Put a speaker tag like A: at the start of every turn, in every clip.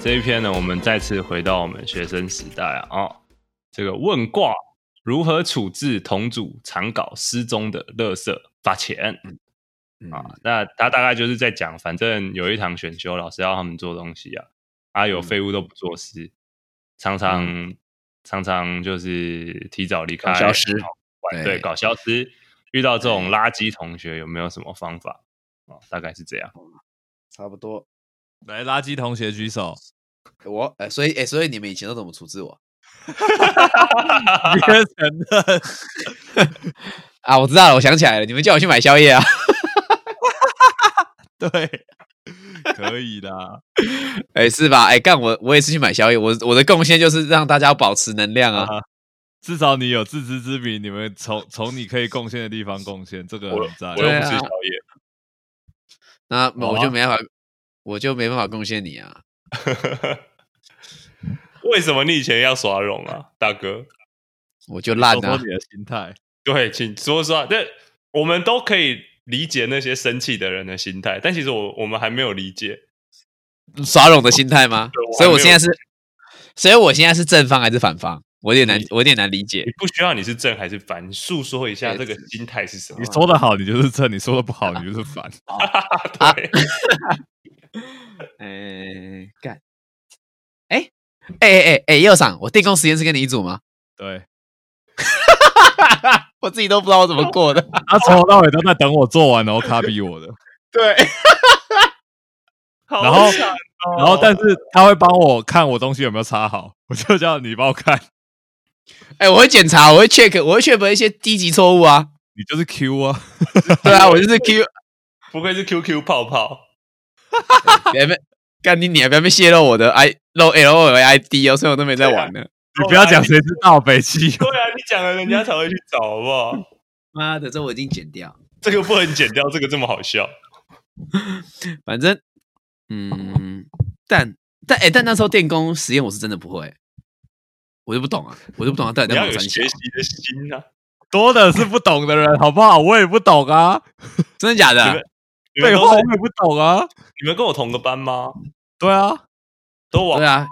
A: 这一篇呢，我们再次回到我们学生时代啊，哦，这个问卦如何处置同组常搞失踪的垃圾罚钱
B: 嗯
A: 啊？那他大概就是在讲，反正有一堂选修，老师要他们做东西啊，啊，
B: 嗯
A: 有废物都不做事，常常常常就是提早离开，
B: 搞消失
A: 晚，
B: 对
A: 对，搞消失。遇到这种垃圾同学，有没有什么方法啊？大概是这样。
B: 差不多。
C: 来，垃圾同学 举手，
B: 我哎、所以哎、所以你们以前都怎么处置我
C: 别承认。
B: 啊？我知道了，我想起来了，你们叫我去买宵夜啊。
C: 对， 可以的。
B: 哎、是吧？哎、干我我也是去买宵夜，我我的贡献就是让大家保持能量啊。
C: 啊至少你有自知之明，你们从从你可以贡献的地方贡献，这个
A: 我
C: 很赞
A: 我。又
B: 对
A: 不
B: 啊
A: 是宵夜，
B: 那
C: 好
B: 我
C: 啊
B: 就没办法，我就没办法贡献你啊。
A: 为什么你以前要耍冗啊，大哥？
B: 我就烂
C: 说
B: 啊
C: 说你！的心态，
A: 对，请说说啊。但我们都可以理解那些生气的人的心态，但其实我我们还没有理解。
B: 耍冗的心态吗
A: 对我？还
B: 所以我
A: 没有
B: 现在是，所以我现在是正方还是反方？我有点难
A: 你，
B: 我有点难理解
A: 你。不需要你是正还是反，你诉说一下
B: 对
A: 这个心态是什么
C: 你。说的好，你就是正；你说的不好，你就是反。 啊
A: 对，
B: 哎、干！哎哎哎哎哎，右赏，我电工实验室跟你一组吗？
C: 对，
B: 我自己都不知道我怎么过的。
C: 他从头到尾都在等我做完，然后他逼 我的。
B: 对，
A: 好
C: 然后
A: 惨哦
C: 然后，但是他会帮我看我东西有没有插好， 我就叫你帮我看。
B: 哎、我会检查，我会 check，我会 check 一些低级错误啊。
C: 你就是 Q 啊，
B: 对啊，我就是 Q，
A: 不愧是 QQ 泡泡，
B: 别被干你你还不要被泄露我的 I 露 L O L I D 哦，所以我都没在玩
A: 啊
B: 呢。
C: 你不要讲谁知道北七。
A: 对啊，你讲了人家才会去找，好不好？
B: 妈的，这我已经剪掉。
A: 这个不能剪掉，这个这么好 笑。
B: 反正，嗯，但但哎、但那时候电工实验我是真的不会，我就不懂啊，我就不懂他到
A: 你
B: 底在
A: 要
B: 忙
A: 有
B: 三小
A: 学，习的心啊！
C: 多的是不懂的人，好不好？我也不懂啊，
B: 真的假的
A: 你
B: 啊
A: 们？你们
C: 废
A: 都
C: 话我
A: 是
C: 也不懂啊。
A: 你们跟我同个班吗？
C: 对啊，
A: 都往
B: 对啊，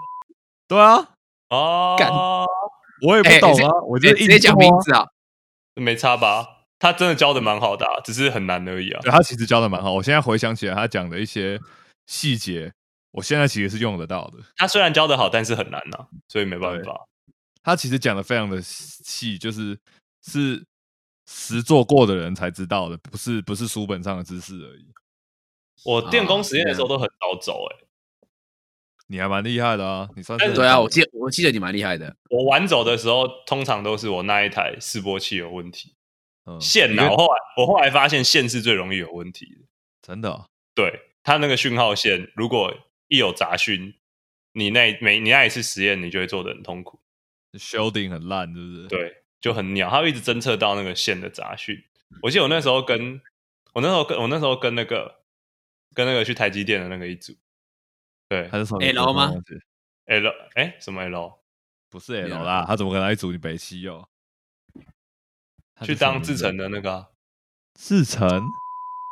C: 对啊，
A: 啊
B: 干，
C: 我也不
B: 哎
C: 懂
B: 直接
C: 啊，我就
B: 哎
C: 是
B: 直接讲名字啊，
A: 没差吧？他真的教的蛮好的、啊，只是很难而已啊
C: 对。他其实教的蛮好，我现在回想起来，他讲的一些细节，我现在其实是用得到的。
A: 他虽然教的好，但是很难呐、所以没办法。
C: 他其实讲的非常的细，就是是实做过的人才知道的，不是不是书本上的知识而已。
A: 我电工实验的时候都很早走、欸，哎、
C: 你还蛮厉害的啊，你算是
B: 对啊，我记得我记得你蛮厉害的，
A: 我晚走的时候，通常都是我那一台示波器有问题，
C: 嗯
A: 线
C: 你
A: 呐、
C: 跟
A: 我后来我后来发现线是最容易有问题的，
C: 真的哦
A: 对它那个讯号线，如果一有杂讯，你那每你那一次实验，你就会做的很痛苦，
C: 修订很烂，是不是？，
A: 对，就很鸟，它会一直侦测到那个线的杂讯。我记得我那时候跟我那时候跟我那时候跟那个跟那个去台积电的那个一组，对
C: 还是什么
B: L 吗？
A: L 哎、什么 L
C: 不是 L 啦，他怎么可能来组你北七哦？他
A: 去
C: 是什么
A: 当志
C: 人
A: 成的那个啊、
C: 志成？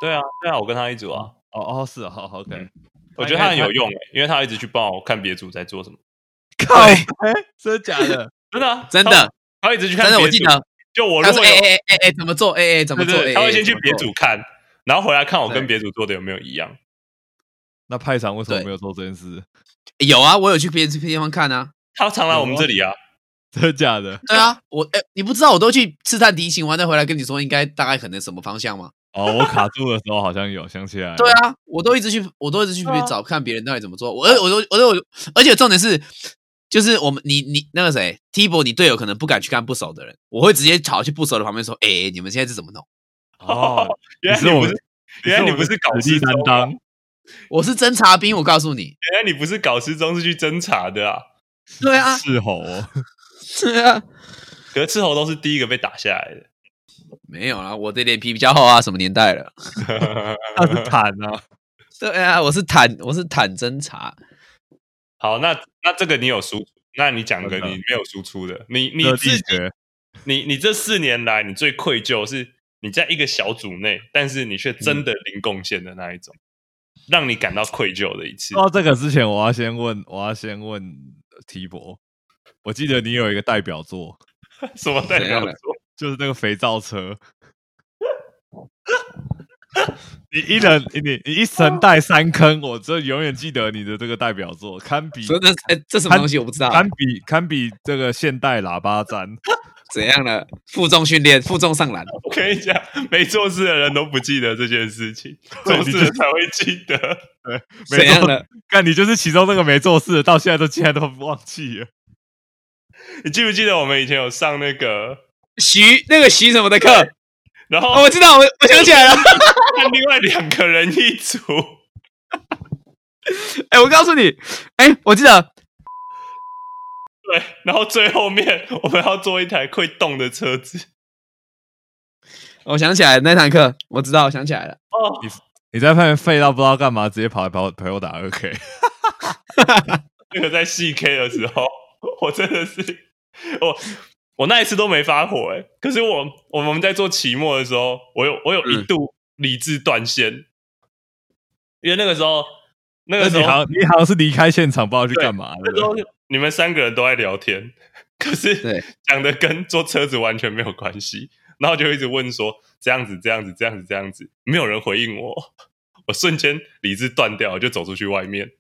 A: 对啊，对啊，我跟他一组啊。
C: 哦哦，是哦好好，OK
A: 嗯。我觉得他很有用、欸，因为他一直去帮我看别组在做什么。
C: 靠
B: 对
C: 背，真的假的？
A: 真的啊、
B: 真
A: 他
B: 的，
A: 他一直去看
B: 真
A: 别
B: 的
A: 组。
B: 我记得，
A: 就我
B: 他
A: 如
B: 说
A: 果
B: 哎
A: 有
B: 哎哎哎怎么做，哎哎怎么
A: 对
B: 做，哎
A: 对，
B: 哎
A: 他会先去
B: 怎么
A: 别
B: 做
A: 组看，然后回来看我
B: 对
A: 跟别组做的有没有一样。
C: 那派场为什么
B: 对
C: 没有做这件事？
B: 有啊，我有去别别地方看啊，
A: 他常来我们这里啊，
C: 真的假的？
B: 对啊，我哎你不知道我都去试探敌情完再回来跟你说应该大概可能什么方向吗？
C: 哦，我卡住的时候好像有想起来了。
B: 对啊，我都一直去，我都一直去
A: 对啊
B: 找看别人到底怎么做。我而我都我都有，而且重点是，就是我们你你那个谁 t i b o 你队友可能不敢去看不熟的人，我会直接跑去不熟的旁边说：“哎、你们现在是怎么弄？”
C: 哦，
A: 原来
C: 你是
A: 你
C: 我
A: 不
C: 们
A: 是，原来你不
C: 是
A: 是搞
C: 实
A: 失
C: 力担
A: 踪啊，
C: 当。
B: 我是侦察兵，我告诉你。
A: 原来你不是搞失踪，是去侦查的啊。
B: 对啊，
C: 是吼哦，
B: 是啊，
A: 可是斥候都是第一个被打下来的，
B: 没有啦，我的脸皮比较厚啊，什么年代了？
C: 他是坦啊，
B: 对啊，我是坦，我是坦侦察。
A: 好，那那这个你有输出，那你讲个
C: 真的
A: 你没有输出的，你 你
C: 你
A: 自
C: 自
A: 己，
C: 觉
A: 你你这四年来你最
C: 嗯
A: 愧疚是你在一个小组内，但是你却真的零贡献的那一种。让你感到愧疚的一次。
C: 说到这个之前，我要先问，我要先问提博，我记得你有一个代表作，
A: 什么代表
B: 怎样了
A: 作？
C: 就是那个肥皂车。你一人你你一神带三坑，我这永远记得你的这个代表作，堪比
B: 所以那哎，这什么东西我不知
A: 啊
B: 道，
C: 堪比堪比这个现代喇叭站。
B: 怎样了？负重训练，负重上篮，
A: 我跟你讲，没做事的人都不记得这件事情，
C: 对
A: 做事
C: 你
A: 的
C: 就
A: 才会记得。
B: 怎样
C: 做
B: 了？
C: 看你就是其中那个没做事的，到现在都竟然都忘记了。
A: 你记不记得我们以前有上那个？
B: 徐那个徐什么的课，
A: 然后
B: 哦我知道，我我想起来了。
A: 看另外两个人一组，
B: 哎，我告诉你，哎，我记得
A: 对，然后最后面我们要做一台会动的车子。
B: 我想起来了那堂课，我知道，我想起来了。
A: 哦，
C: 你在外面废到不知道干嘛，直接跑来跑陪我打二 K。
A: 那个在细 K 的时候，我真的是我我那一次都没发火哎、可是我我们在做期末的时候，我有我有一
B: 嗯
A: 度理智断线，因为那个时候那
C: 那
A: 个时
C: 你
A: 候
C: 好像你好像是离开现场，不知道去
A: 对
C: 干嘛
A: 那时
C: 了。
A: 候 你们三个人都在聊天， 可
B: 对
A: 是讲的跟坐车子完全没有关系，然后就一直问说这样子这样子这样子这样子，没有人回应我， 我瞬间理智断掉，我就走出去外面，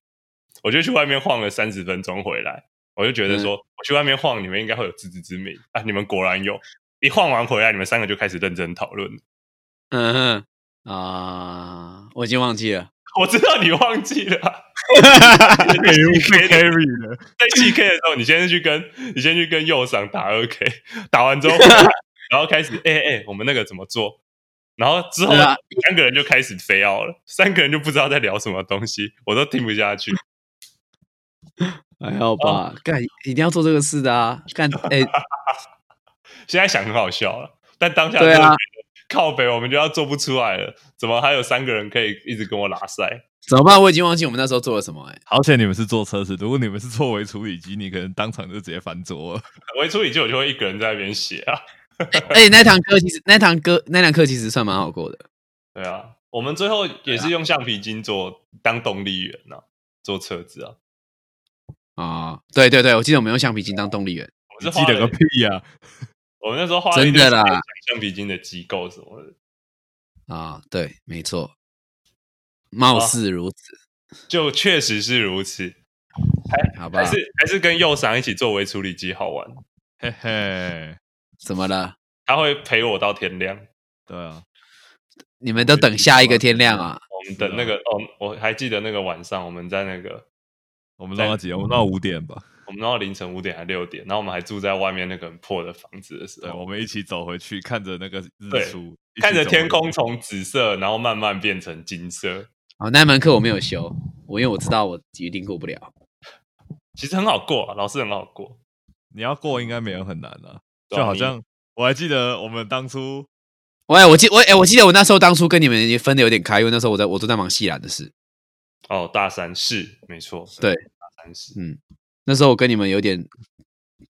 A: 我就去外面晃了三十分钟回来，我就觉得说、我去外面晃，你们应该会有自知之明啊，你们果然有。一晃完回来，你们三个就开始认真讨论。
B: 嗯哼，啊、我已经忘记了。
A: 我知道你忘记了啊，
C: 给被 carry 了，
A: 在 T K 的时候，你先去跟你先去跟右上打二 K，打完之后回来，然后开始哎哎、欸我们那个怎么做？然后之后
B: 对啊
A: 三个人就开始飞奥了，三个人就不知道在聊什么东西，我都听不下去。
B: 还好吧，哦干一定要做这个事的啊！干，哎、
A: 现在想很好笑了，但当下
B: 对啊
A: 就觉得靠北我们就要做不出来了，怎么还有三个人可以一直跟我拉塞？
B: 怎么办？我已经忘记我们那时候做了什么、哎，
C: 好险你们是坐车子，如果你们是作为处理机，你可能当场就直接翻桌了。
A: 我一出理就我就会一个人在那边写啊，
B: 而且哎那堂课其实那堂课那堂课其实算蛮好过的。
A: 对啊，我们最后也是用橡皮筋做当动力源啊，做车子啊，
B: 啊、对对对，我记得我们用橡皮筋当动力源，
A: 我
C: 你
A: 们是
C: 记得
A: 花了
C: 个屁呀、
A: 我们那时候花了一
B: 真
A: 堆
B: 的
A: 时间
B: 啦
A: 想橡皮筋的机构什么的，
B: 啊、对，没错，貌似如此，
A: 就确实是如此。
B: 好吧
A: 还？是还是跟右赏一起做微处理机好玩，
C: 嘿嘿，
B: 怎么了？
A: 他会陪我到天亮。
C: 对啊，
B: 你们都等下一个天亮啊？
A: 我们等那个哦，我还记得那个晚上，我们在那个
C: 我们弄到几点？我们弄到五点吧。
A: 我们弄到凌晨五点还六点，然后我们还住在外面那个很破的房子的时
C: 对，
B: 啊
A: 候，
C: 我们一起走回去，看着那个
A: 对
C: 日出，一起
A: 看着
C: 走
A: 天
C: 回
A: 空从紫色，然后慢慢变成金色，
B: 哦，那门课我没有修，我因为我知道我一定过不了。
A: 其实很好过、啊，老师很好过。
C: 你要过应该没有很难啊，
A: 对啊
C: 就好像我还记得我们当初
B: 喂，我记我哎、我记得我那时候当初跟你们也分的有点开，因为那时候我在我都在忙细兰的事。
A: 哦，大三是没错，
B: 对
A: 大三是，
B: 那时候我跟你们有点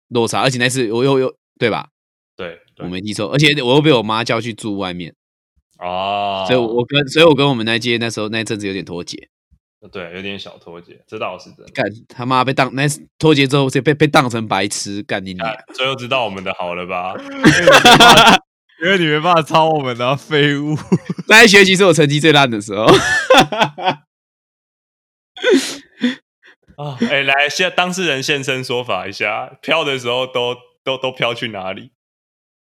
B: 落差，而且那次我又又对吧？
A: 对，
B: 我
A: 对
B: 没记错，而且我又被我妈叫去住外面，
A: 哦，
B: 所以我跟所以我跟我们那一届那时候那一阵子有点脱节，
A: 对有点小脱节，这倒是真的。
B: 干他妈被当那脱节之后被被被当成白痴，干你娘！
A: 啊最后知道我们的好了吧？
C: 因为你没办法抄我们的、啊、废物，
B: 那一学期是我成绩最烂的时候，
A: 啊，哎，来，现当事人现身说法一下，飘的时候都都都飘去哪里？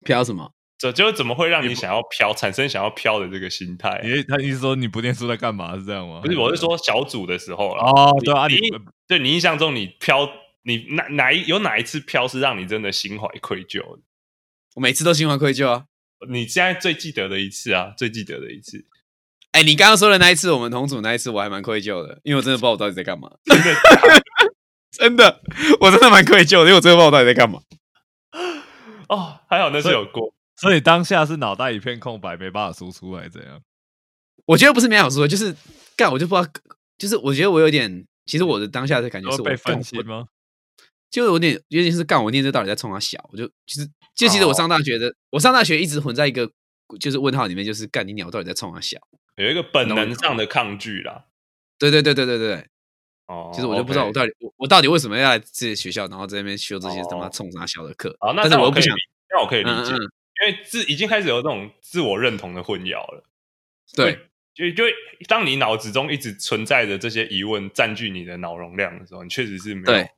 B: 飘什么？
A: 这就是怎么会让你想要飘，产生想要飘的这个心态啊、
C: 你他意思说你不念书在干嘛是这样吗？
A: 不是，我是说小组的时候啦。
C: 哦，对啊，
A: 你
C: 你
A: 你对你印象中你飘，你哪哪一有哪一次飘是让你真的心怀愧疚的？
B: 我每次都心怀愧疚啊！
A: 你现在最记得的一次啊，最记得的一次，
B: 哎、你刚刚说的那一次，我们同组那一次，我还蛮愧疚的，因为我真的不知道我到底在干嘛。
A: 真的
B: 真的，我真的蛮愧疚的，因为我真的不知道我到底在干嘛。
A: 哦，还好那次有过。
C: 所以当下是脑袋一片空白，没办法输出来，怎样？
B: 我觉得不是没好说，就是干，我就不知道，就是我觉得我有点，其实我的当下的感觉
C: 会
B: 是我
C: 被
B: 干
C: 分心，
B: 我
C: 吗？
B: 就有点有点是干我念这到底在冲他小，我就其实就其实
A: 哦
B: 我上大学的，我上大学一直混在一个就是问号里面，就是干你鸟到底在冲他小。
A: 有一个本能上的抗拒啦，
B: 对对对对对对，
A: 哦，
B: 其实我就不知道我
A: OK
B: 到底我我到底为什么要来自己的学校，然后在那边修这些他妈
A: 哦
B: 冲啥小的课。
A: 好，那
B: 但
A: 这
B: 是
A: 样
B: 我又
A: 可
B: 不
A: 以
B: 想
A: 理，那我可以理
B: 嗯
A: 解，
B: 嗯，
A: 因为自已经开始有这种自我认同的混淆了。
B: 对，
A: 就就当你脑子中一直存在着这些疑问占据你的脑容量的时候，你确实是没有
B: 对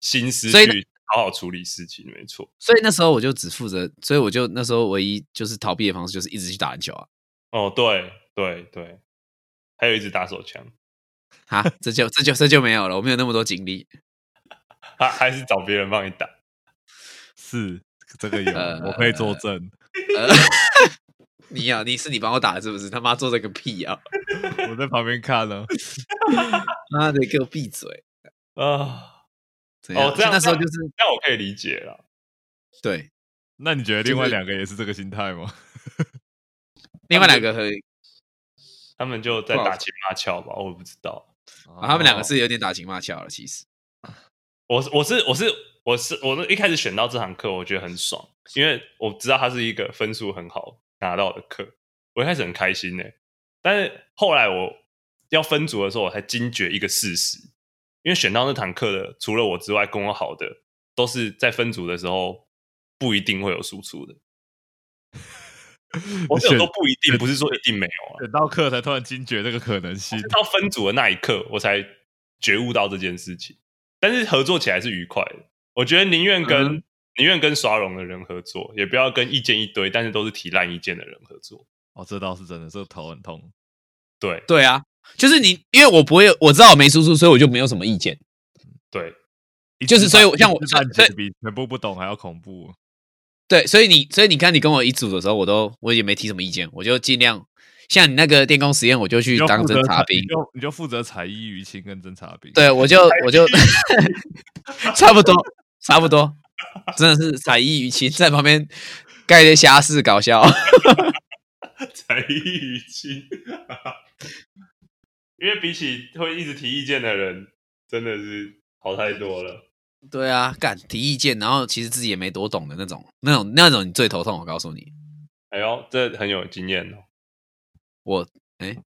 A: 心思
B: 所以
A: 去好好处理事情，没错。
B: 所以那时候我就只负责，所以我就那时候唯一就是逃避的方式就是一直去打篮球啊
A: 哦，对对对，还有一直打手枪，
B: 啊，这就这就这就没有了，我没有那么多精力。
A: 还还是找别人帮你打。
C: 是这个有，
B: 呃
C: 我可以作证。
B: 呃你呀、你是你帮我打的，是不是？他妈做这个屁啊！
C: 我在旁边看呢、
B: 妈的，给我闭嘴！
A: 啊、
B: 怎样
A: 哦这样
B: 那时候
A: 这
B: 就
A: 样
B: 是
A: 那我可以理解了。
B: 对，
C: 那你觉得
B: 就是
C: 另外两个也是这个心态吗？
B: 另外两个和、
A: 他们就在
B: 不好
A: 打情骂俏吧，我不知道。
B: 啊他们两个是有点打情骂俏了，其实。
A: 我是我是我是我是我那一开始选到这堂课，我觉得很爽，因为我知道它是一个分数很好拿到的课，我一开始很开心呢、但是后来我要分组的时候，我才惊觉一个事实，因为选到那堂课的，除了我之外跟我好的，都是在分组的时候不一定会有输出的。我
C: 你
A: 是有
C: 选
A: 说不一定，不是说一定没有啊。
C: 选到课才突然惊觉这个可能性
A: 是。到分组的那一刻，我才觉悟到这件事情。但是合作起来是愉快的，我觉得宁愿跟宁、愿跟刷容的人合作，也不要跟意见一堆，但是都是提烂意见的人合作。
C: 哦，这倒是真的，这个头很痛。
A: 对
B: 对啊，就是你，因为我不会，我知道我没输出，所以我就没有什么意见。
A: 对，
B: 就是所以我像我
C: 半
B: 所以
C: 截比全部不懂还要恐怖。
B: 对，所以你，所以你看，你跟我一组的时候，我都我也没提什么意见，我就尽量像你那个电工实验，我就去
C: 你就
B: 当
C: 负责
B: 侦察
C: 采
B: 兵
C: 你，就你就负责采衣舆情跟侦察兵。
B: 对我 就我就差不多差不多，真的是彩衣娱亲，在旁边干一些瞎事搞笑。
A: 才艺与亲， 因为比起会一直提意见的人，真的是好太多了。
B: 对啊，干提意见，然后其实自己也没多懂的那种，那种那种你最头痛。我告诉你，
A: 哎呦，这很有经验哦。
B: 我哎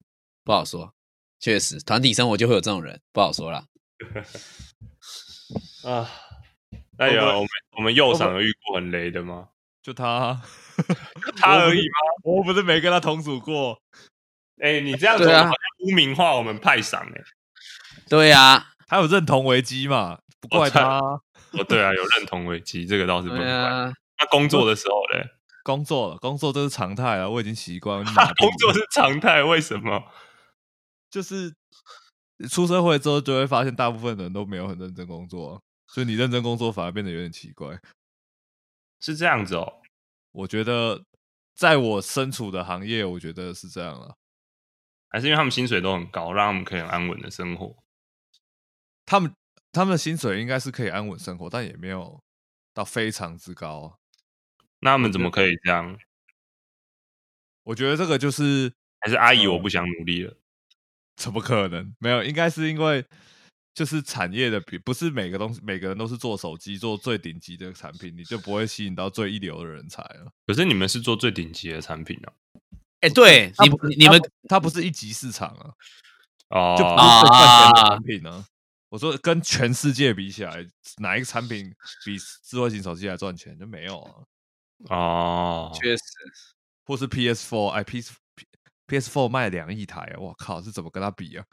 B: 不好说，确实团体生活就会有这种人，不好说啦。
A: 啊，那
C: 会
A: 有啊
C: 不会
A: 我们我们右上有遇过很雷的 吗？
C: 就他 啊，
A: 他而已啊吗？
C: 我不是没跟他同组过。
A: 哎、你这样子
B: 对啊
A: 好像污名化我们派赏哎、
B: 对啊，
C: 他有认同危机嘛？不怪他啊、
A: 哦，对啊，有认同危机，这个倒是不能
B: 对
A: 怪。
B: 啊，
A: 那工作的时候 嘞，
C: 工作了，工作这是常态啊了，我已经习惯了。 你
A: 他
C: 哪
A: 工
C: 懂
A: 作是常态，为什么？
C: 就是出社会之后就会发现，大部分人都没有很认真工作啊，所以你认真工作反而变得有点奇怪。
A: 是这样子哦，
C: 我觉得，在我身处的行业，我觉得是这样了。啊
A: 还是因为他们薪水都很高，让他们可以很安稳的生活？
C: 他们他们的薪水应该是可以安稳生活，但也没有到非常之高啊、
A: 那他们怎么可以这样？
C: 我觉得这个就是
A: 还是阿姨，
C: 嗯
A: 我不想努力了。
C: 怎么可能没有？应该是因为就是产业的比不是每个东西每个人都是做手机做最顶级的产品，你就不会吸引到最一流的人才了。
A: 可是你们是做最顶级的产品啊！
B: 哎，对你
C: 它不是
B: 你们
C: 它不它不是一级市场啊，就不
A: 哦，
C: 是最赚钱的
B: 啊
C: 产品啊。我说跟全世界比起来，哪一个产品比智慧型手机还赚钱？就没有啊。
A: 哦，
B: 确实
C: 或是 PS Four，哎，PS PS Four 卖两亿台啊，我靠，是怎么跟它比啊？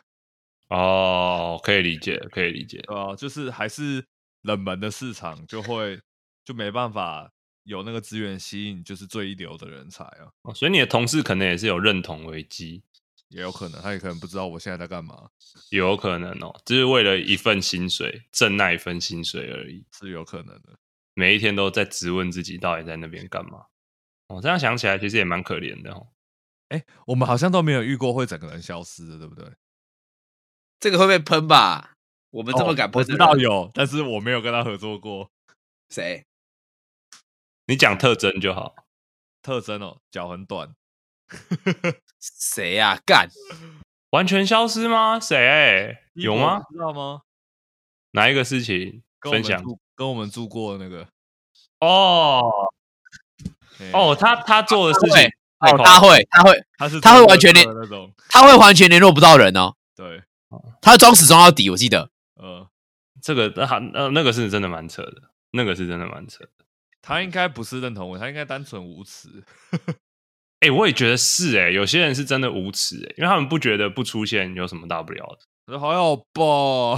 A: 哦，可以理解，可以理解。
C: 对啊，就是还是冷门的市场，就会就没办法有那个资源吸引，就是最一流的人才啊，
A: 哦所以你的同事可能也是有认同危机，
C: 也有可能他也可能不知道我现在在干嘛，
A: 有可能哦，只是为了一份薪水，挣那一份薪水而已。
C: 是有可能的。
A: 每一天都在质问自己到底在那边干嘛。哦，这样想起来其实也蛮可怜的哦。
C: 哎，我们好像都没有遇过会整个人消失的，对不对？
B: 这个会被喷吧？我们这么
C: 哦
B: 敢啊喷
C: 我
B: 的
C: 知
B: 人，
C: 道有，但是我没有跟他合作过。
B: 谁？
A: 你讲特征就好。
C: 特征哦，脚很短，
B: 谁呀、干
A: 完全消失吗？谁、欸有吗？
C: 知道吗？
A: 哪一个事情
C: 跟我
A: 分
C: 们
A: 享？
C: 住跟我们住过的那个
A: 哦
C: 嘿
A: 哦，他他做的事情，
B: 哦，
A: 太恐
B: 他会，他会，
C: 他是
B: 他会
C: 真的
B: 完全
C: 客
B: 连
C: 那种，
B: 他会完全联络不到人哦。
C: 对，
B: 他装死装到底，我记得。
C: 呃，
A: 这个那呃那个是真的蛮扯的，那个是真的蛮扯的。
C: 他应该不是认同我，他应该单纯无耻。
A: 哎、我也觉得是哎、有些人是真的无耻、欸，因为他们不觉得不出现有什么大不了的。
C: 我说好要爆，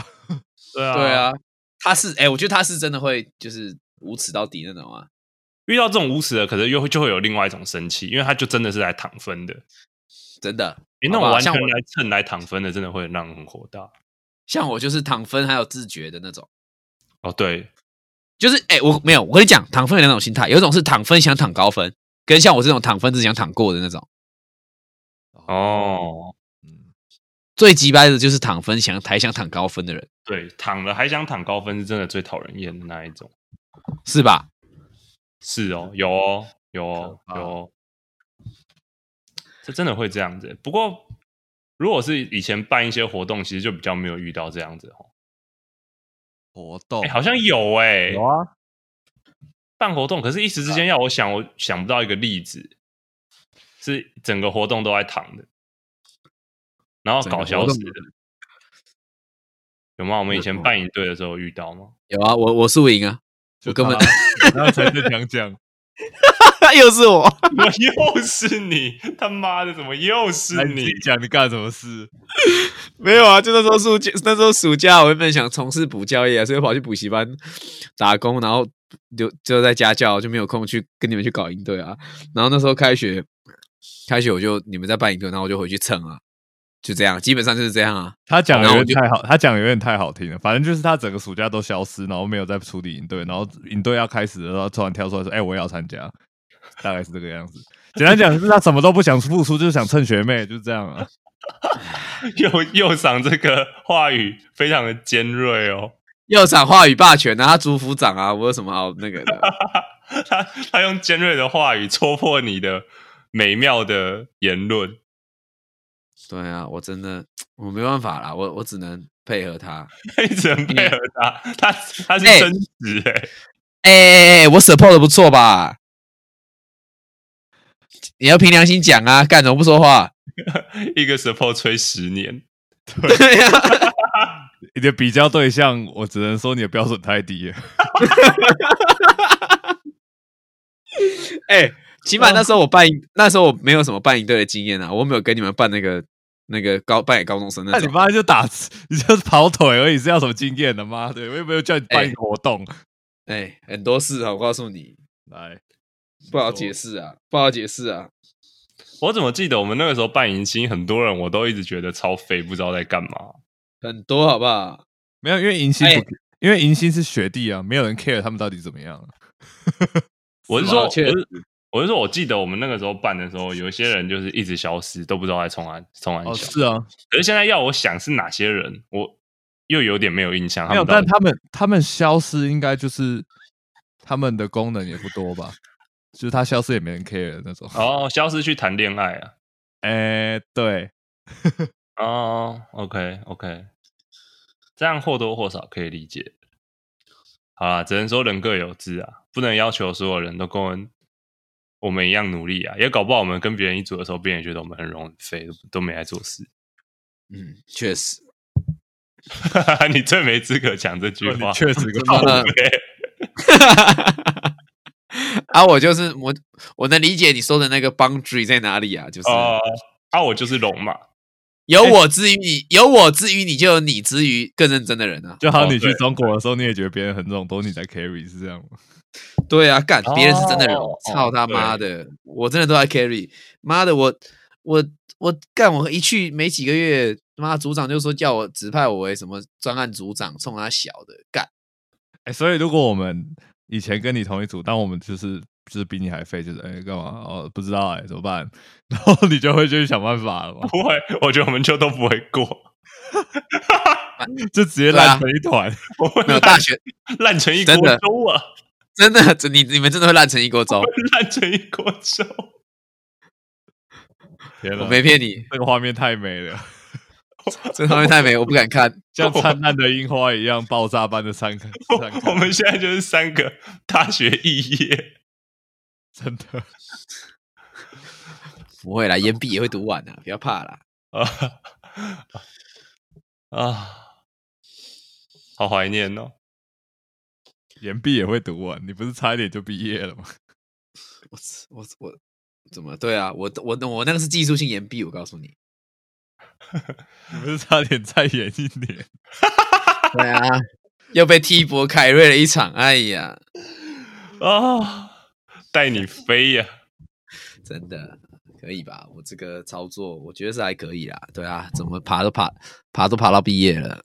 A: 对啊，
B: 对，啊，他是哎、我觉得他是真的会就是无耻到底那种啊。
A: 遇到这种无耻的，可能又会就会有另外一种生气，因为他就真的是来躺分的。
B: 真的，
A: 哎、那种
B: 好吧
A: 完全
B: 像我
A: 来蹭来躺分的，真的会让人很火大。
B: 像我就是躺分还有自觉的那种，
A: 哦，对，
B: 就是哎、我没有，我跟你讲，躺分有两种心态，有一种是躺分想躺高分，跟像我这种躺分只想躺过的那种。
A: 哦，
C: 嗯，
B: 最鸡掰的就是躺分想还想躺高分的人，
A: 对，躺了还想躺高分是真的最讨人厌的那一种。
B: 是吧？
A: 是哦，有哦，有哦，
C: 可怕
A: 有哦，这真的会这样子欸。不过，如果是以前办一些活动，其实就比较没有遇到这样子哦。
C: 活动
A: 哎、好像有哎、
C: 哦有啊，
A: 办活动，可是一时之间要我想，我想不到一个例子，是整个活动都在躺的，然后
B: 整个
A: 搞
B: 活
A: 消失
B: 动
A: 的。有吗？我们以前
C: 有
A: 办营队的时候有遇到吗？
B: 有啊，我我输赢啊，
C: 就
B: 我根 本
C: 他那才是想讲，
B: 又是我，
A: 我又是你，他妈的，怎么又是
C: 哎
A: 你？
C: 讲你干什么事？
B: 没有啊，就那时候暑假，那时候暑假我原本想从事补教业啊，所以我跑去补习班打工，然后就就在家教，就没有空去跟你们去搞营队啊。然后那时候开学，开学我就你们在办营队，然后我就回去蹭啊，就这样，基本上就是这样啊。
C: 他讲的
B: 然后
C: 有
B: 我
C: 点太好，他讲的有点太好听了。反正就是他整个暑假都消失，然后没有再处理营队，然后营队要开始的时候，突然跳出来说：“哎、我也要参加。”大概是这个样子。简单讲，就是他什么都不想付出，就是想蹭学妹，就是这样啊。
A: 右右赏这个话语非常的尖锐哦，
B: 右场话语霸权啊，他主辅长啊，我有什么好那个的？
A: 他他用尖锐的话语戳破你的美妙的言论。
B: 对啊，我真的我没办法啦，我我只能配合他。
A: 一直很配合他，
C: 嗯
A: 他他是
B: 哎
A: 真实哎、欸，
B: 哎哎哎，我 support 的不错吧？你要凭良心讲啊，干什么不说话？
A: 欸 一个 support 吹十年，
B: 对呀、
C: 你的比较对象，我只能说你的标准太低了。
B: 哎、起码那时候我办营，那时候我没有什么办营队的经验啊，我没有跟你们办那个那个高扮演高中生那
C: 那你
B: 种。
C: 妈就打，你就是跑腿而已，是要什么经验的？妈的，我又没有叫你办一个活动、
B: 哎、很多事啊，我告诉你，
C: 来。
B: 不好解释啊，不好解释啊。
A: 我怎么记得我们那个时候办迎新，很多人我都一直觉得超废，不知道在干嘛。
B: 很多好不好？
C: 没有，因为迎新不，
B: 哎
C: 因为迎新是学弟啊，没有人 care 他们到底怎么样啊、
A: 我是说，我
B: 确实
A: 是我是说，我记得我们那个时候办的时候，有一些人就是一直消失，都不知道在冲安冲安
C: 哦，
A: 小。
C: 是啊，
A: 可是现在要我想是哪些人，我又有点没有印象。他
C: 没有，
A: 们到
C: 但
A: 底
C: 他们他们消失应该就是他们的功能也不多吧，就是他消失也没人 care 的那种。
A: 哦，消失去谈恋爱啊。
C: 哎、对，
A: 哦，OK OK，这样或多或少可以理解。好啦，只能说人各有志啊，不能要求所有人都跟我们我们一样努力啊。也搞不好我们跟别人一组的时候，别人也觉得我们很容很废，都没在做事。
B: 嗯，确实。
A: 你最没资格讲这句
C: 哦你
A: 话，
C: 确实个
B: 真的 啊，我就是我，我能理解你说的那个 boundary 在哪里啊，就是、
A: 哦。啊，我就是龙嘛，
B: 有我之于你，有我之于你，就有你之于更认真的人啊。
C: 就好像你
A: 哦
C: 去
A: 对
C: 中国的时候，你也觉得别人很重，都是你在 carry 是这样吗？
B: 对啊，干
A: 哦
B: 别人是真的人，
A: 哦
B: 操他妈的，我真的都在 carry，妈的我我我干我一去没几个月，妈组长就说叫我指派我为什么专案组长，冲他小的干，
C: 哎、所以如果我们以前跟你同一组，但我们就是就是比你还废，就是哎干、嘛？哦，不知道哎、怎么办？ 然后你就会去想办法了嘛，
A: 不会，我觉得我们就都不会过，
C: 就直接烂成一团。
A: 啊我会
B: 没有
A: 烂
B: 大学
A: 烂成一锅
B: 真的哦
A: 粥啊，
B: 真的这你你们真的会烂成一锅粥，
A: 烂成一锅粥。
C: 天
B: 我
C: 哪，
B: 没骗你，
C: 这个画面太美了，
B: 这画面太美，我不敢看。
C: 像灿烂的樱花一样，爆炸般的散开。散开
A: 我们现在就是三个大学肄业。
C: 真的。
B: 啊 不会啦，岩壁也会读完的，不要怕啦。
A: 啊啊，好怀念哦！
C: 延毕也会读完，你不是差一点就毕业了吗？
B: 我我我怎么对啊？我我我那个是技术性延毕，我告诉你。
C: 你不是差点再延一年？
B: 对啊， 又被踢博凯瑞了一场，哎呀，
A: 啊，带你飞呀、
B: 真的可以吧？我这个操作，我觉得是还可以啦。对啊，怎么爬都爬爬都爬到毕业了。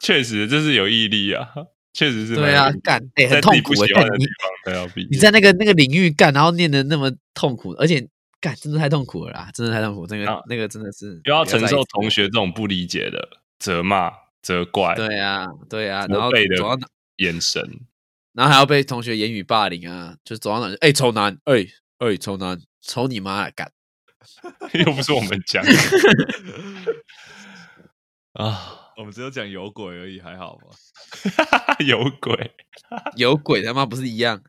A: 确实这是有毅力啊，确实是蛮
B: 对啊
A: 有毅力，
B: 干哎、
A: 在
B: 很
A: 自己
B: 痛
A: 不
B: 苦
A: 喜
B: 哎、
A: 欢
B: 干
A: 的
B: 你
A: 地方都要毕业，
B: 你在那个那个领域干，然后念的那么痛苦，而且干真的太痛苦了啦，真的太痛苦，那个、
A: 然后
B: 那个真的是
A: 又要承受同
B: 学。
A: 学这种不理解的责骂、责怪、
B: 对啊，对啊，然
A: 责
B: 后
A: 备的
B: 走到哪
A: 眼神，
B: 然后还要被同学言语霸凌啊，就走到哪就哎、丑男，哎、哎、丑男，丑你妈啊干！
A: 又不是我 们讲啊，
C: 我们只有讲有鬼而已，还好吧？
A: 有鬼！
B: 有鬼他妈不是一样？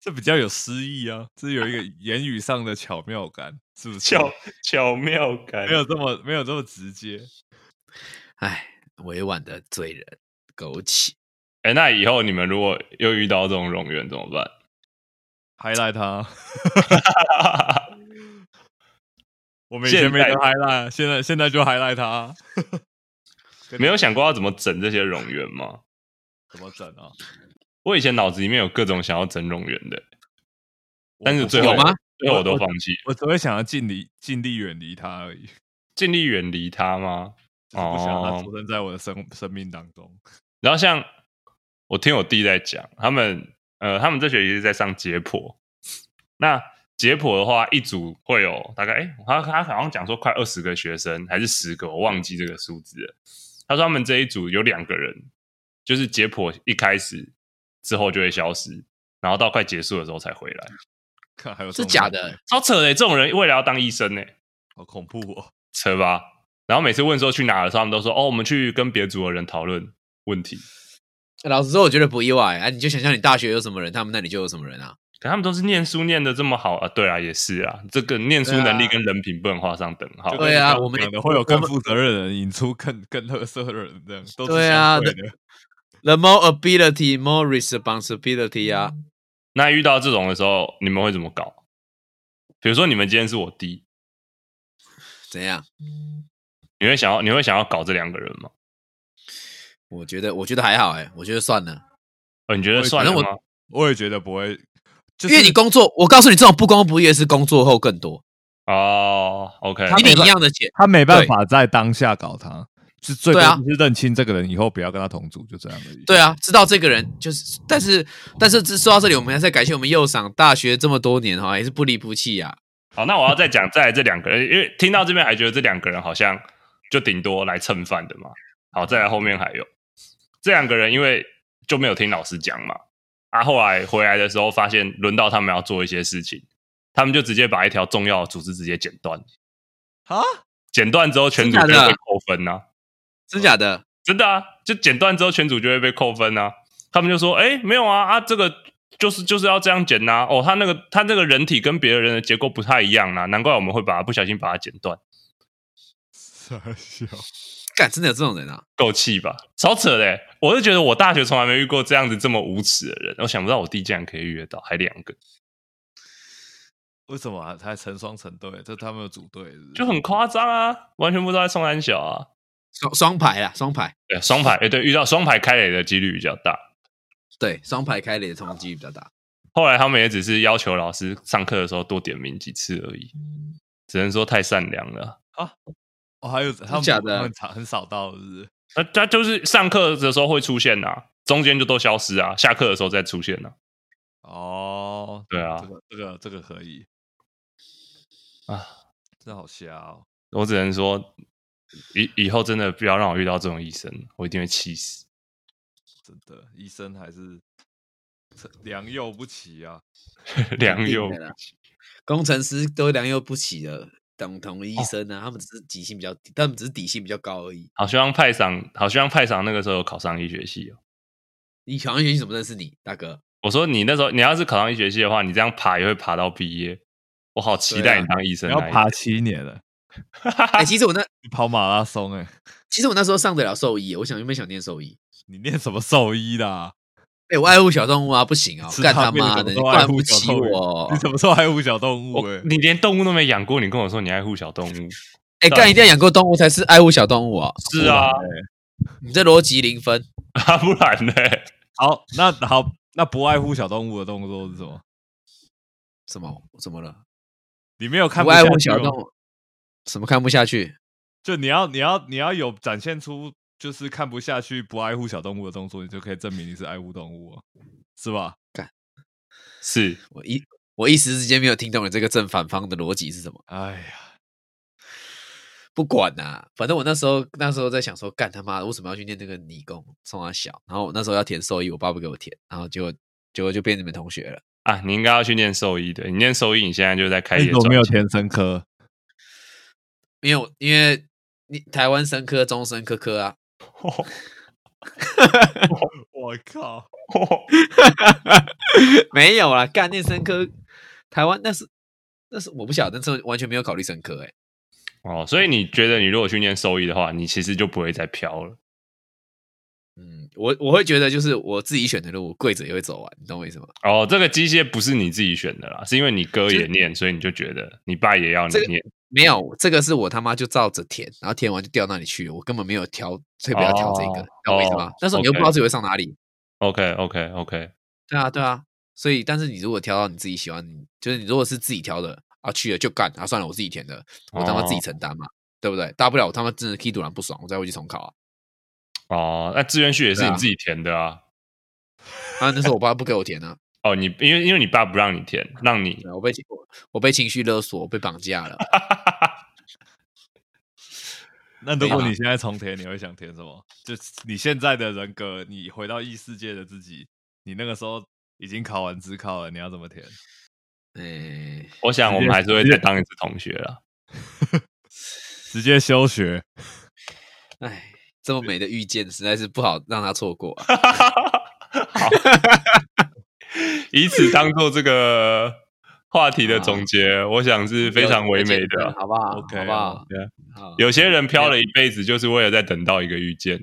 C: 这比较有诗意啊，这有一个言语上的巧妙感，是不是？
A: 巧巧妙感，
C: 没有这么没有这么直接。
B: 哎，委婉的罪人，枸杞。
A: 哎、那以后你们如果又遇到这种冗员怎么办？
C: highlight 他， 我们以前
A: 现
C: 没
A: 在
C: 得 highlight，现在现在就 highlight 他，
A: 没有想过要怎么整这些冗员吗？
C: 怎么整啊？
A: 我以前脑子里面有各种想要整冗员的，但是
C: 我
A: 最后
B: 有吗？
A: 最后我都
C: 我
A: 放弃，
C: 我只会想要尽力尽力远离他而已，
A: 尽力远离他吗？
C: 就是不想让
A: 哦
C: 他出生在我的生生命当中。
A: 然后像我听我弟在讲，他们呃，他们这学期是在上解剖。那解剖的话，一组会有大概哎，他他好像讲说快二十个学生还是十个，我忘记这个数字了。他说他们这一组有两个人，就是解剖一开始之后就会消失，然后到快结束的时候才回来，
C: 看还有
B: 是
C: 这种
B: 假
C: 东西
B: 的，欸
A: 超扯的、这种人未来要当医生呢、
C: 好恐怖哦！
A: 扯吧。然后每次问说去哪的时候，他们都说哦，我们去跟别组的人讨论问题。
B: 老实说，我觉得不意外啊。你就想象你大学有什么人，他们那里就有什么人啊。
A: 可他们都是念书念的这么好啊，对啊，也是啊，这个念书能力跟人品不能画上等号。
C: 就
B: 对
C: 跟
B: 啊
C: 你
B: 我们
C: 讲
B: 也
C: 的会有更
B: 我们
C: 负责任的人引出更更特色的人，这样都是
B: 对
C: 相
B: 啊
C: 对的
B: The more ability, more responsibility 啊。
C: 嗯
A: 那遇到这种的时候，你们会怎么搞？比如说你们今天是我弟，
B: 怎样？
A: 你会想要你会想要搞这两个人吗？
B: 我觉得，我觉得还好哎、我觉得算了，
A: 哦，你觉得算了
B: 反
A: 吗
B: 正？
C: 我也觉得不会，就是
B: 因为你工作，我告诉你，这种不公不义的是工作后更多，
A: 哦，OK，
B: 比你一样的钱。
C: 他没办法在当下搞他，是最
B: 对啊
C: 多就是认清这个人以后不要跟他同组，就这样而已。
B: 对啊，知道这个人就是，但是但是这说到这里，我们还是要感谢我们右赏大学这么多年哈，也是不离不弃啊。
A: 好，那我要再讲再来这两个人，因为听到这边还觉得这两个人好像就顶多来蹭饭的嘛。好，再来后面还有这两个人，因为就没有听老师讲嘛，啊，后来回来的时候发现轮到他们要做一些事情，他们就直接把一条重要的组织直接剪断，
C: 啊，
A: 剪断之后全组
B: 真
A: 就
B: 的假的
A: 会被扣分呐、
B: 真假的？
A: 真的啊，就剪断之后全组就会被扣分啊。他们就说，哎、没有啊，啊，这个就是就是要这样剪呐、哦，他那个他这个人体跟别人的结构不太一样啊，难怪我们会把它不小心把它剪断。
C: 傻笑，
B: 干，真的有这种人啊？
A: 够气吧？超扯嘞、我是觉得我大学从来没遇过这样子这么无耻的人，我想不到我弟竟然可以遇得到，还两个，
C: 为什么啊他还成双成对？这他们的组队是不是
A: 就很夸张啊！完全不知道在送安小啊。
B: 双双排啊，双排，
A: 对，双排，哎、对，遇到双排开垒的几率比较大。
B: 对，双排开垒的冲击力比较大。
A: 后来他们也只是要求老师上课的时候多点名几次而已，只能说太善良了。
C: 哦，还有他们
B: 假的
C: 他们很少到，是不是？
A: 那他就是上课的时候会出现啊，中间就都消失啊，下课的时候再出现啊。
C: 哦，
A: 对啊
C: 这，个这个这个可以
A: 啊，
C: 真的好瞎哦。
A: 我只能说，以以后真的不要让我遇到这种医生，我一定会气死。
C: 真的，医生还是良莠不齐啊。
A: 良莠
B: 肯定的啦工程师都良莠不齐的，等同
C: 哦
B: 医生啊，他们只是底薪比较低，他们只是底薪比较高而已。
A: 好希望派赏，好希望派赏那个时候有考上医学系哦。
B: 你考上学习怎么认识你，大哥？
A: 我说你那时候你要是考上医学系的话，你这样爬也会爬到毕业。我好期
B: 对啊
A: 待你当医生
C: 你
A: 那
C: 要
A: 一天
C: 爬七年了，
B: 哎、其实我那
C: 跑马拉松哎、
B: 其实我那时候上得了兽医，我想原本想念兽医。
C: 你念什么兽医啊啦？
B: 哎、我爱护小动物啊，不行啊，
C: 嗯吃
B: 干
C: 汤
B: 他
C: 面
B: 妈
C: 怎么
B: 的，你
C: 都爱
B: 灌
C: 护
B: 不
C: 小
B: 起
C: 动物
B: 我哦
C: 你！什么时候爱护小动物、
A: 我
C: 欸？
A: 哦你连动物都没养过，你跟我说你爱护小动物，
B: 哎、干一定要养过动物才是爱护小动物啊！
A: 是啊，
B: 你这逻辑零分。
A: 啊 不然呢？
C: 好，那好，那不爱护小动物的动作是什么？
B: 什么？怎么了？
C: 你没有看
B: 不
C: 下
B: 爱
C: 去哦
B: 护小
C: 吗
B: 动物，什么看不下去？
C: 就你要你要你要有展现出就是看不下去不爱护小动物的动作，你就可以证明你是爱护动物、啊，是吧？
A: 是
B: 我一我一时之间没有听懂你这个正反方的逻辑是什么。
C: 哎呀，
B: 不管啦、反正我那时候那时候在想说，干他妈的，为什么要去念那个理工？从他小，然后我那时候要填兽医，我爸不给我填，然后结果结果就变你们同学了。
A: 啊，你应该要去念兽医的，你念兽医，你现在就在开
C: 你
A: 业
C: 怎么没有
A: 赚钱
C: 填生科？
B: 因为我因为你台湾生科、中生科科 啊，
C: 我靠！
B: 没有啦，干念生科，台湾那是那是我不晓得，那时候完全没有考虑生科、欸，哎，
A: 哦，所以你觉得你如果去念兽医的话，你其实就不会再飘了。
B: 嗯，我我会觉得就是我自己选的路，跪着也会走完，你懂我意思吗？
A: 哦，这个机械不是你自己选的啦，是因为你哥也念，所以你就觉得你爸也要你
B: 这个
A: 念。
B: 没
A: 嗯
B: 有，这个是我他妈就照着填，然后填完就调到你去了，我根本没有挑特别要挑这个，
A: 哦
B: 懂我意思吗？
A: 哦
B: 但是你又
A: OK
B: 不知道自己会上哪里，
A: OK OK OK，
B: 对啊，对啊，所以但是你如果挑到你自己喜欢，你就是你如果是自己挑的啊，去了就干啊，算了，我自己填的，我他妈
A: 哦
B: 自己承担嘛，对不对？大不了我他妈真的 K 读然不爽，我再回去重考啊。
A: 哦，那志愿序也是
B: 对
A: 你
B: 啊
A: 自己填的啊。
B: 啊，那时候我爸不给我填啊，
A: 哦，你因为因为你爸不让你填，让你
B: 对啊我被情我我被情绪勒索，我被绑架 了。
C: 那如
B: 没有
C: 果
B: 啊
C: 你现在重填，你会想填什么？就你现在的人格，你回到异世界的自己，你那个时候已经考完职考了，你要怎么填？
B: 哎，
A: 我想我们还是会
C: 直接
A: 再当一次同学了。
C: 直接休学？
B: 哎，这么美的遇见实在是不好让他错过啊。
A: 好，以此当做这 个话题
C: 啊
A: 的总结，我想 是非常唯美的啊。
B: 好不好
C: OK
B: 好不好？
A: 对啊
B: 好
A: 有些人飘了一辈子，就是为了再等到一个遇见。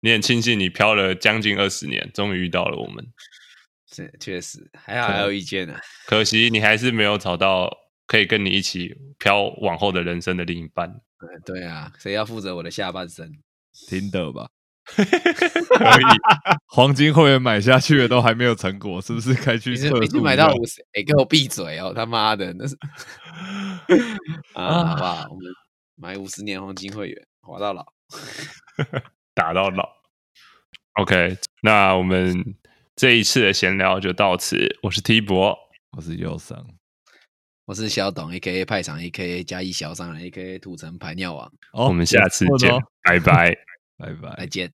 A: 你很庆幸你飘了将近二十年，终于遇到了我们。
B: 是确实还好还
A: 啊
B: 有意见呢、哎
A: 可惜你还是没有找到可以跟你一起飘往后的人生的另一半。
B: 对对啊，谁要负责我的下半身？
C: 听的吧，
A: 可以，
C: 黄金会员买下去的都还没有成果，是不是该去
B: 你
C: 测
B: 是
C: 速一下？
B: 你是买到五十？哎，给我闭嘴哦！他妈的， 那是啊，好不好？我们买五十年黄金会员，滑到老。
A: 打到老。OK，那我们这一次的闲聊就到此。我是 T 博，
C: 我是右上，
B: 我是小董，A K A 派场，A K A 加一小商人，A K A 土城排尿王，
C: 哦
A: 我们下次见，
C: 不错的哦
A: 拜拜。
C: 拜拜
B: 再。见。